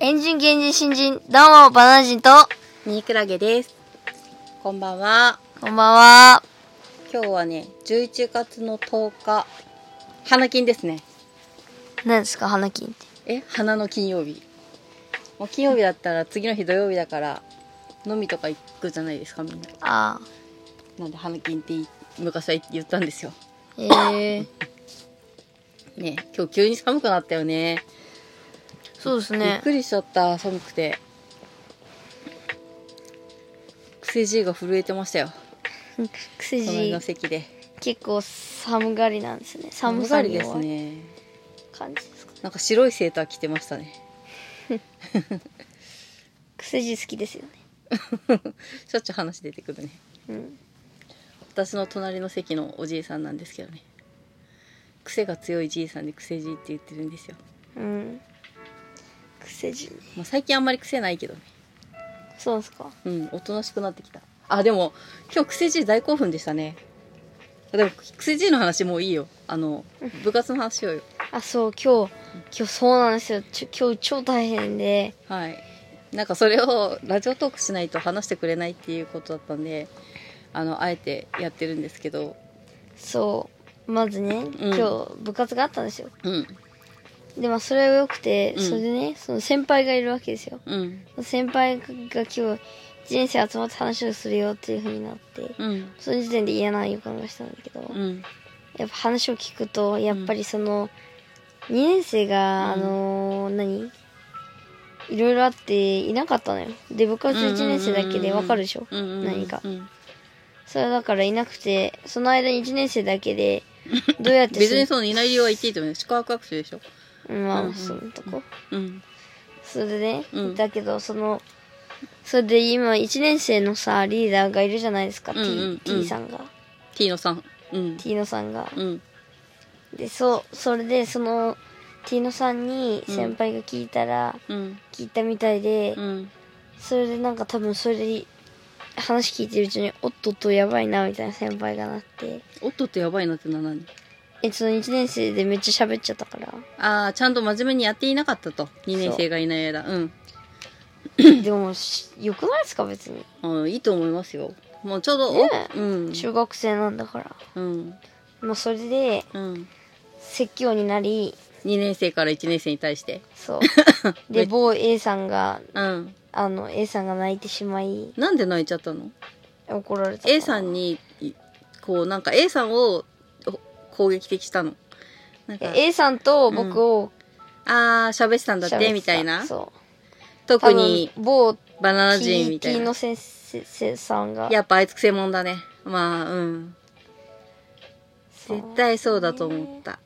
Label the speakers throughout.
Speaker 1: エンジン、原人、新人、どうも、バナナ人と、
Speaker 2: ニークラゲです。こんばんは。
Speaker 1: こんばんは。
Speaker 2: 今日はね、11月の10日、花金ですね。
Speaker 1: 何ですか、花金って。
Speaker 2: え、花の金曜日。もう金曜日だったら次の日土曜日だから、飲みとか行くじゃないですか、みんな。
Speaker 1: あ
Speaker 2: なんで花金ってい昔は言ったんですよ。
Speaker 1: あ。ええー。
Speaker 2: ね、今日急に寒くなったよね。
Speaker 1: そうです
Speaker 2: びっ
Speaker 1: ね。
Speaker 2: くりしちゃった、寒くて。クセジーが震えてましたよ。
Speaker 1: くせ
Speaker 2: 隣
Speaker 1: じ
Speaker 2: の、席で。
Speaker 1: 結構寒がりなんですね。寒
Speaker 2: 寒
Speaker 1: さ
Speaker 2: がり
Speaker 1: に
Speaker 2: です
Speaker 1: 弱い
Speaker 2: ね。
Speaker 1: 感じですか。
Speaker 2: なんか白いセーター着てましたね。
Speaker 1: くせじ好きですよね。
Speaker 2: しょっちゅう話出てくるね
Speaker 1: うん。
Speaker 2: 私の隣の席のおじいさんなんですけどね癖が強いじいさんで癖じいって言ってるんですよ、
Speaker 1: うん。くせじ。
Speaker 2: まあ、最近あんまり癖ないけどね
Speaker 1: そうですか。
Speaker 2: うんおとなしくなってきたあでも今日癖じい大興奮でしたねでも癖じいの話もういいよあの部活の話しようよ
Speaker 1: あ、そう、今日、今日そうなんですよ。ちょ今日超大変で。
Speaker 2: はいなんかそれをラジオトークしないと話してくれないっていうことだったんであのあえてやってるんですけど
Speaker 1: そう。まずね、今日、部活があったんですよ。
Speaker 2: うん
Speaker 1: で、まあ、それは良くて、
Speaker 2: うん
Speaker 1: それでね、その先輩がいるわけですよ。
Speaker 2: うん
Speaker 1: 先輩が今日1年生集まって話をするよっていう風になって
Speaker 2: うん
Speaker 1: その時点で嫌な予感がしたんだけど、
Speaker 2: うん
Speaker 1: やっぱ話を聞くとやっぱりその2年生が、
Speaker 2: うん
Speaker 1: あのー何いろいろあっていなかったのよで部活1年生だけでわかるでしょ、
Speaker 2: うんうんうん
Speaker 1: 何か
Speaker 2: うん
Speaker 1: それだからいなくてその間に1年生だけ でどうやって
Speaker 2: 別にそのいない理由は言っていいと思うよ宿泊学習でしょ
Speaker 1: うんまあ、
Speaker 2: うんうん
Speaker 1: そのとこ
Speaker 2: うん
Speaker 1: それでね、
Speaker 2: うん
Speaker 1: だけどそのそれで今1年生のさリーダーがいるじゃないですか、
Speaker 2: うんうんうん
Speaker 1: T, T さんが
Speaker 2: T のさんうん
Speaker 1: T のさんが
Speaker 2: うん
Speaker 1: でそうそれでその T のさんに
Speaker 2: うん
Speaker 1: 先輩が聞いたら、
Speaker 2: うん
Speaker 1: 聞いたみたいで、
Speaker 2: うん
Speaker 1: それでなんか多分それで話聞いてるうちにおっとっとやばいなみたいな先輩がなって
Speaker 2: おっとっとやばいなってな何
Speaker 1: えその1年生でめっちゃ喋っちゃった から
Speaker 2: ああちゃんと真面目にやっていなかったと2年生がいない間うん
Speaker 1: でもしよくないですか別に
Speaker 2: あーいいと思いますよもうちょうどお
Speaker 1: ねえ
Speaker 2: うん
Speaker 1: 中学生なんだから、
Speaker 2: うん
Speaker 1: まあ、それで
Speaker 2: うん
Speaker 1: 説教になり
Speaker 2: 2年生から1年生に対して
Speaker 1: そうで某 A さんが
Speaker 2: うん
Speaker 1: あの A さんが泣いてしまい
Speaker 2: なんで泣いちゃったの
Speaker 1: 怒られた
Speaker 2: A さん
Speaker 1: に
Speaker 2: にいこうなんか A さんをお攻撃的したのなんか
Speaker 1: A さんと僕を
Speaker 2: ああ喋ってたんだ
Speaker 1: 喋
Speaker 2: っ
Speaker 1: って
Speaker 2: みたいな
Speaker 1: そう
Speaker 2: 特に
Speaker 1: 多分某
Speaker 2: バナナ人
Speaker 1: T,
Speaker 2: みた
Speaker 1: T
Speaker 2: いな
Speaker 1: の先生さんが
Speaker 2: やっぱあいつくせもんだねまあうん
Speaker 1: そう
Speaker 2: 絶対そうだと思った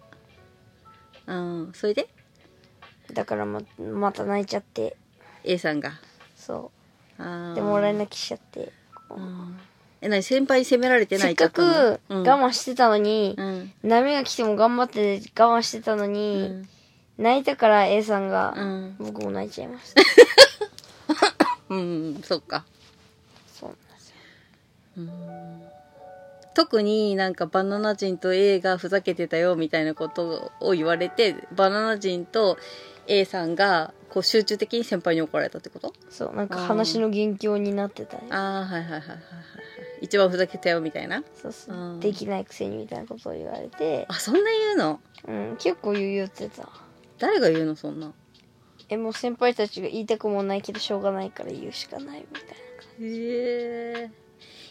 Speaker 2: うんそれで
Speaker 1: だからままた泣いちゃって
Speaker 2: A さんが
Speaker 1: そ
Speaker 2: あ
Speaker 1: う
Speaker 2: ー
Speaker 1: でもらい泣きしちゃって
Speaker 2: うんえ何先輩に責められてな
Speaker 1: せ
Speaker 2: い
Speaker 1: っかく我
Speaker 2: 慢
Speaker 1: 慢してたのに、
Speaker 2: うん
Speaker 1: 波が来ても頑張って我慢してたの
Speaker 2: う
Speaker 1: に、
Speaker 2: ん
Speaker 1: 泣いたから A さんが、
Speaker 2: うん
Speaker 1: 僕も泣いちゃいました
Speaker 2: うんそっか
Speaker 1: そうなんですよ
Speaker 2: 特になんかバナナ人と A がふざけてたよみたいなことを言われてバナナ人と A さんがこう集中的に先輩に怒られたってこと
Speaker 1: そうなんか話の元凶になってたね
Speaker 2: ああはいはいはいはいはいはい一番ふざけたよみたいな
Speaker 1: そうそう、
Speaker 2: うん
Speaker 1: できないくせにみたいなことを言われて、
Speaker 2: あそんな言うの
Speaker 1: うん、結構言うよってた
Speaker 2: 誰が言うのそんな
Speaker 1: えもう先輩たちが言いたくもないけどしょうがないから言うしかないみたいな
Speaker 2: へえ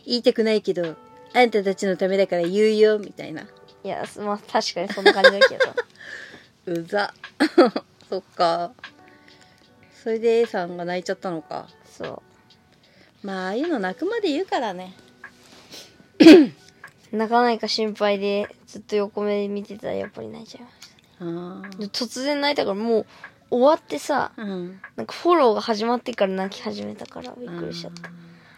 Speaker 2: 言いたくないけどあんたたちのためだから言うよみたいない
Speaker 1: やすまあ確かにそんな感じだけ ど
Speaker 2: うざ そっかそれで A さんが泣いちゃったのか
Speaker 1: そ
Speaker 2: まあああいうの泣くまで言うからね
Speaker 1: う泣かないか心配でずっと横目で見てたらやっぱり泣いちゃいまし
Speaker 2: あ
Speaker 1: たで突然泣いたからもう終わってさ
Speaker 2: あうん
Speaker 1: なんかフォローが始まってから泣き始めたからびっくりしちゃった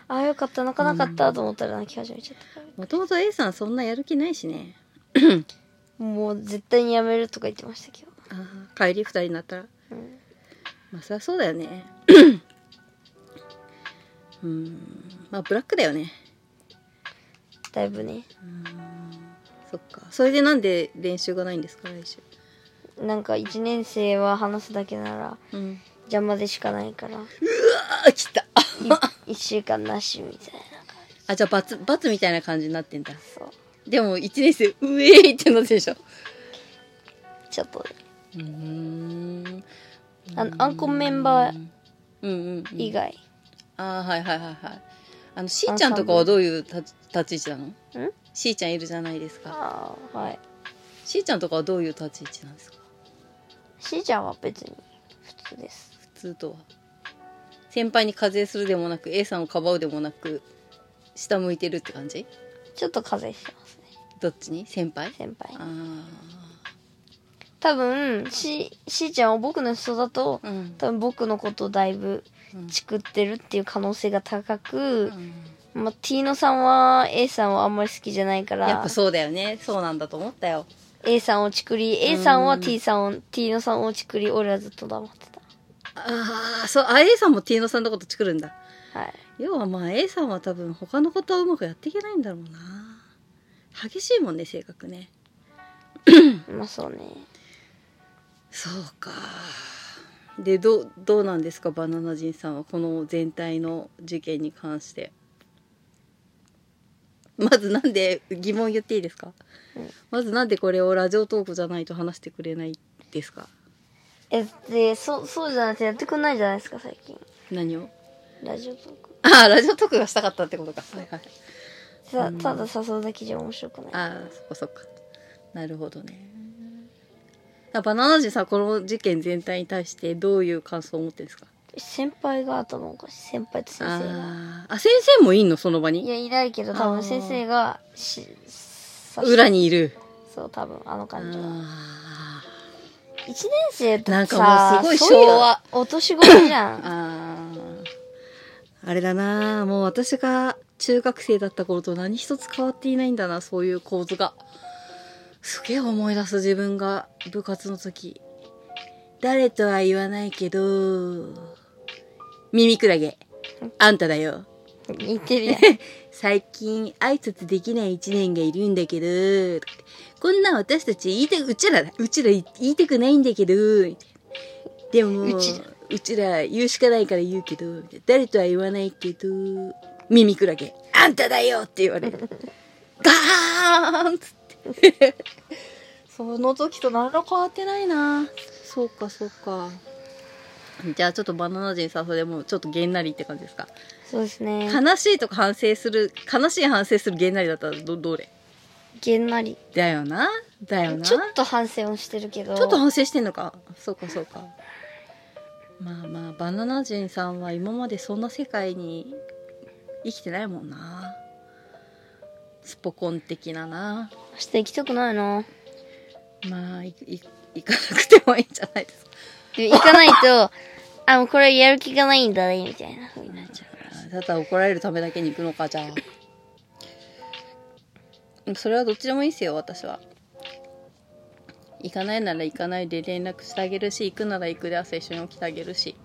Speaker 1: ああよかった泣かなかったと思ったら泣き始めちゃったか
Speaker 2: もともと A さんそんなやる気ないしね
Speaker 1: らもう絶対にやめるとか言ってましたけど
Speaker 2: あー帰り2人になったら、
Speaker 1: うん
Speaker 2: まあそりゃそうだよ ねうんまあブラックだよね
Speaker 1: だいぶね
Speaker 2: そっかそれでなんで練習がないんですか来週
Speaker 1: なんか1年生は話すだけなら
Speaker 2: うん
Speaker 1: じ邪魔でしかない から
Speaker 2: あ来た
Speaker 1: 1週間なしみたいな感じ
Speaker 2: あじゃあ罰罰みたいな感じになってんだ
Speaker 1: そう
Speaker 2: でも1年生うえーってなってるでしょ
Speaker 1: ちょっとね
Speaker 2: うーん
Speaker 1: あのアンコンメンバー
Speaker 2: うんうんうん
Speaker 1: 以外、
Speaker 2: あーはいはいはいはいあのしーちゃんとかはどういうた立ち位置なの
Speaker 1: ん
Speaker 2: しーちゃんいるじゃないですか
Speaker 1: ああはい
Speaker 2: しーちゃんとかはどういう立ち位置なんですか
Speaker 1: しーちゃんは別に普通です
Speaker 2: 普通とは先輩に課税するでもなく A さんをかばうでもなく下向いてるって感じ
Speaker 1: ちょっと風邪してますね
Speaker 2: どっちに先輩
Speaker 1: 先輩
Speaker 2: あ
Speaker 1: 多分ししーちゃんを僕の人だと
Speaker 2: あうん
Speaker 1: 多分僕のことをだいぶ
Speaker 2: うん
Speaker 1: チクってるっていう可能性が高
Speaker 2: う
Speaker 1: く、
Speaker 2: ん
Speaker 1: まあ、T のさんは A さんをあんまり好きじゃないから
Speaker 2: やっぱそうだよねそうなんだと思ったよ
Speaker 1: A さんをチクり A さんは T さんを T のさんをチクり俺はずっと黙って
Speaker 2: ああそうあ A さんも T のさんのこと作るんだ
Speaker 1: たはい
Speaker 2: 要はまあ A さんは多分他のことはうまくやっていけないんだろうな激しいもんね性格ね
Speaker 1: まあそうね
Speaker 2: そうかでどうどうなんですかバナナ人さんはこの全体の事件に関してまずなんで疑問言っていいですか、
Speaker 1: うん
Speaker 2: まずなんでこれをラジオトークじゃないと話してくれないですか
Speaker 1: えでそそうじゃなくてやってくんないじゃないですか最近
Speaker 2: 何を
Speaker 1: ラジオトーク
Speaker 2: ああラジオトークがしたかったってことかはいはい
Speaker 1: たただ誘うだけじゃ面白くない
Speaker 2: ああそっかそっかなるほどねあバナナ人さんこの事件全体に対してどういう感想を持ってるんですか
Speaker 1: 先輩が頭おかしい先輩と先生が
Speaker 2: あーあ先生もいんのその場
Speaker 1: い
Speaker 2: に
Speaker 1: やいないけど多
Speaker 2: あー
Speaker 1: 分先生がしさ
Speaker 2: 裏にいる
Speaker 1: そう多分あの感じは
Speaker 2: あ
Speaker 1: 1年生って
Speaker 2: なんかもうすごい
Speaker 1: さそうう
Speaker 2: 昭和
Speaker 1: お年頃じゃん
Speaker 2: ー あーあれだなもう私が中学生だった頃と何一つ変わっていないんだなそういう構図がすげえ思い出す自分が部活の時誰とは言わないけど耳クラゲあんただよ
Speaker 1: 似てるやん
Speaker 2: 最近挨拶できない一年がいるんだけど、とかってこんな私たち言いたく、うちらだ、うちら言いたくないんだけど、みたいなでも、
Speaker 1: うちら
Speaker 2: うちら言うしかないから言うけど、みたいな誰とは言わないけど、耳クラゲ、あんただよって言われる。ガーンっつって。 その時と何ら変わってないなそうか、そうか。じゃあちょっとバナナ人さん、それもうちょっとげんなりって感じですか
Speaker 1: そうですね
Speaker 2: 悲しいとか反省する悲しい反省するげんなりだったらどどれ
Speaker 1: げんなり
Speaker 2: だよなだよな
Speaker 1: ちょっと反省をしてるけど
Speaker 2: ちょっと反省してんのかそうかそうかまあまあバナナ人さんは今までそんな世界に生きてないもんなスポコン的なな
Speaker 1: 明日行きたくないな
Speaker 2: まあいい行かなくてもいいんじゃないですか
Speaker 1: で行かないと あもうこれやる気がないんだねみたいな風になっちゃう
Speaker 2: た だ怒られるためだけに行くのかじゃあそれはどっちでもいいですよ私は行かないなら行かないで連絡してあげるし行くなら行くで朝一緒に起きてあげるし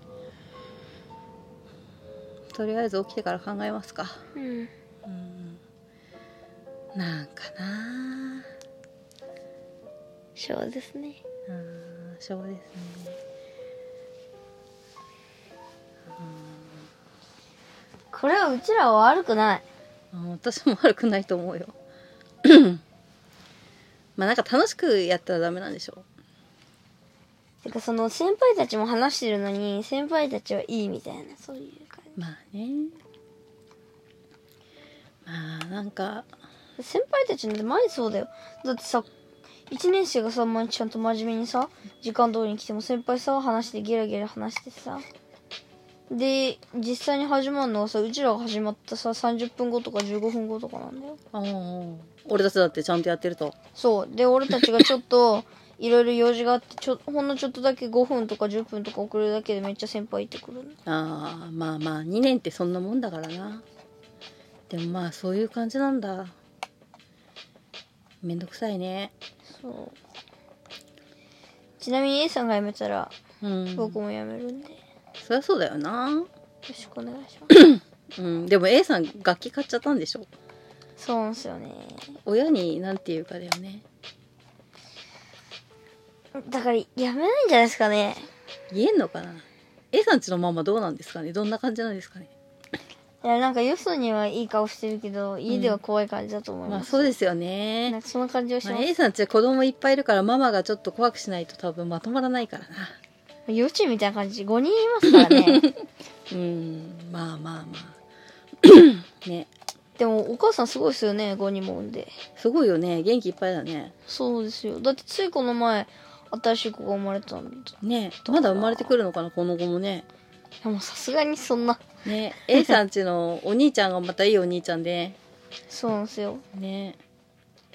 Speaker 2: とりあえず起きてから考えますか
Speaker 1: うん
Speaker 2: なんかな
Speaker 1: そうですね
Speaker 2: あうんそうですね
Speaker 1: これはうちらは悪くない
Speaker 2: うん私も悪くないと思うよ まあなんか楽しくやったらダメなんでしょ
Speaker 1: てかその先輩たちも話してるのに先輩たちはいいみたいなそういう感
Speaker 2: まあねまあなんか
Speaker 1: じ先輩たちなんて前そうだよだってさ1年生がさ毎日ちゃんと真面目にさ時間通りに来ても先輩さ話してゲラゲラ話してさで実際に始まるのはさうちらが始まったさ30分後とか15分後とかなんだよ
Speaker 2: うん俺たちだってちゃんとやってると
Speaker 1: そうで俺たちがちょっ といろいろ用事があってちょほんのちょっとだけ5分とか10分とか遅れるだけでめっちゃ先輩行ってくるの
Speaker 2: ああまあまあ2年ってそんなもんだからなでもまあそういう感じなんだめんどくさいね
Speaker 1: そうちなみに A さんが辞めたら
Speaker 2: うん
Speaker 1: 僕も辞めるんでよ
Speaker 2: そりゃそうだよな
Speaker 1: ろしくお願いします
Speaker 2: うんでも A さん楽器買っちゃったんでしょ
Speaker 1: そうなんすよね
Speaker 2: 親になんていうかだよね
Speaker 1: だから辞めないんじゃないですかね
Speaker 2: 言えんのかな A さんちのママどうなんですかねどんな感じなんですかね
Speaker 1: いやなんかよそにはいい顔してるけど家では怖い感じだと思い
Speaker 2: ま
Speaker 1: ま
Speaker 2: あ
Speaker 1: す、
Speaker 2: そうですよ
Speaker 1: なん
Speaker 2: ね、
Speaker 1: かそんな感じはし
Speaker 2: ま
Speaker 1: ま
Speaker 2: あ、
Speaker 1: す、
Speaker 2: A さんちは子供いっぱいいるからママがちょっと怖くしないと多分まとまらないからな
Speaker 1: 幼稚園みたいな感じ5人いますからね
Speaker 2: うんまあまあま あね
Speaker 1: でもお母さんすごいですよね5人も産んです
Speaker 2: ごいよね元気いっぱいだね
Speaker 1: そうですよだってついこの前新しい子が生まれたんで
Speaker 2: ねまだ生まれてくるのかなこの子もね
Speaker 1: いやもうさすがにそんな
Speaker 2: ね A さんちのお兄ちゃんがまたいいお兄ちゃんで
Speaker 1: そうなんですよ
Speaker 2: ね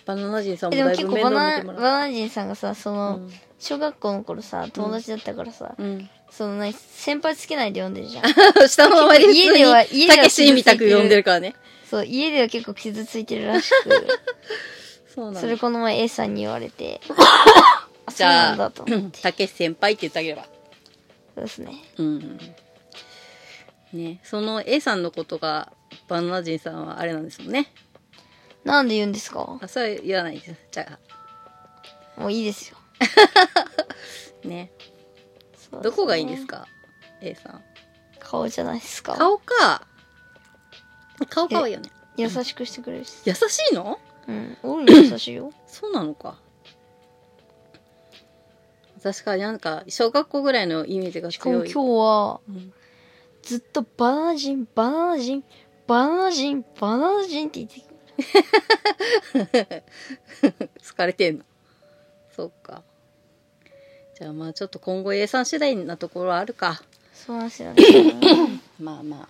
Speaker 2: バナナ人さん
Speaker 1: え
Speaker 2: も
Speaker 1: でも結
Speaker 2: だいぶ
Speaker 1: 構
Speaker 2: 面
Speaker 1: バ
Speaker 2: 倒見
Speaker 1: ナ
Speaker 2: てもらっ
Speaker 1: バナジンさんがさそ
Speaker 2: た
Speaker 1: の、
Speaker 2: うん
Speaker 1: 小学校の頃さ友達だったからさ、
Speaker 2: うん、
Speaker 1: その何先輩つけないで呼んでるじゃ ん
Speaker 2: 下の名前で普
Speaker 1: 家では
Speaker 2: 通
Speaker 1: 家
Speaker 2: に
Speaker 1: では
Speaker 2: たけしみたく呼んでるからね
Speaker 1: そう家では結構傷ついてるらし
Speaker 2: そう
Speaker 1: く
Speaker 2: な
Speaker 1: そ
Speaker 2: ん
Speaker 1: れ
Speaker 2: だ
Speaker 1: この前 A さんに言われ てあ
Speaker 2: じ
Speaker 1: そう
Speaker 2: ゃ
Speaker 1: なん
Speaker 2: あ
Speaker 1: だと思って
Speaker 2: たけし先輩って言ってあげれば
Speaker 1: そうですね
Speaker 2: うんねその A さんのことがバナナ人さんはあれなんですもんね
Speaker 1: なんで言うんですか
Speaker 2: あそれは言わないですじゃ
Speaker 1: もういいですよ
Speaker 2: あね
Speaker 1: そう
Speaker 2: どこがいいんです
Speaker 1: か
Speaker 2: か A さん
Speaker 1: 顔じゃないですか
Speaker 2: 顔か顔可愛いよね
Speaker 1: 優しくしてくれるし
Speaker 2: 優しいの
Speaker 1: うん俺に優しいよ
Speaker 2: そうなのか私かなんか小学校ぐらいのイメージが
Speaker 1: しかも
Speaker 2: 強
Speaker 1: 今
Speaker 2: い
Speaker 1: 日は
Speaker 2: うん
Speaker 1: ずっとバナナ人バナナ人バナナ人バナナ人って言ってくる
Speaker 2: 疲れてんのそっかじゃあまあちょっと今後 A さん次第なところはあるか
Speaker 1: そうなんですよ ね
Speaker 2: まあま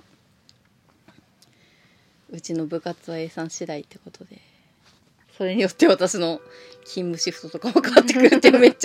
Speaker 2: あうちの部活は A さん次第ってことでそれによって私の勤務シフトとかも変わってくるってめっちゃ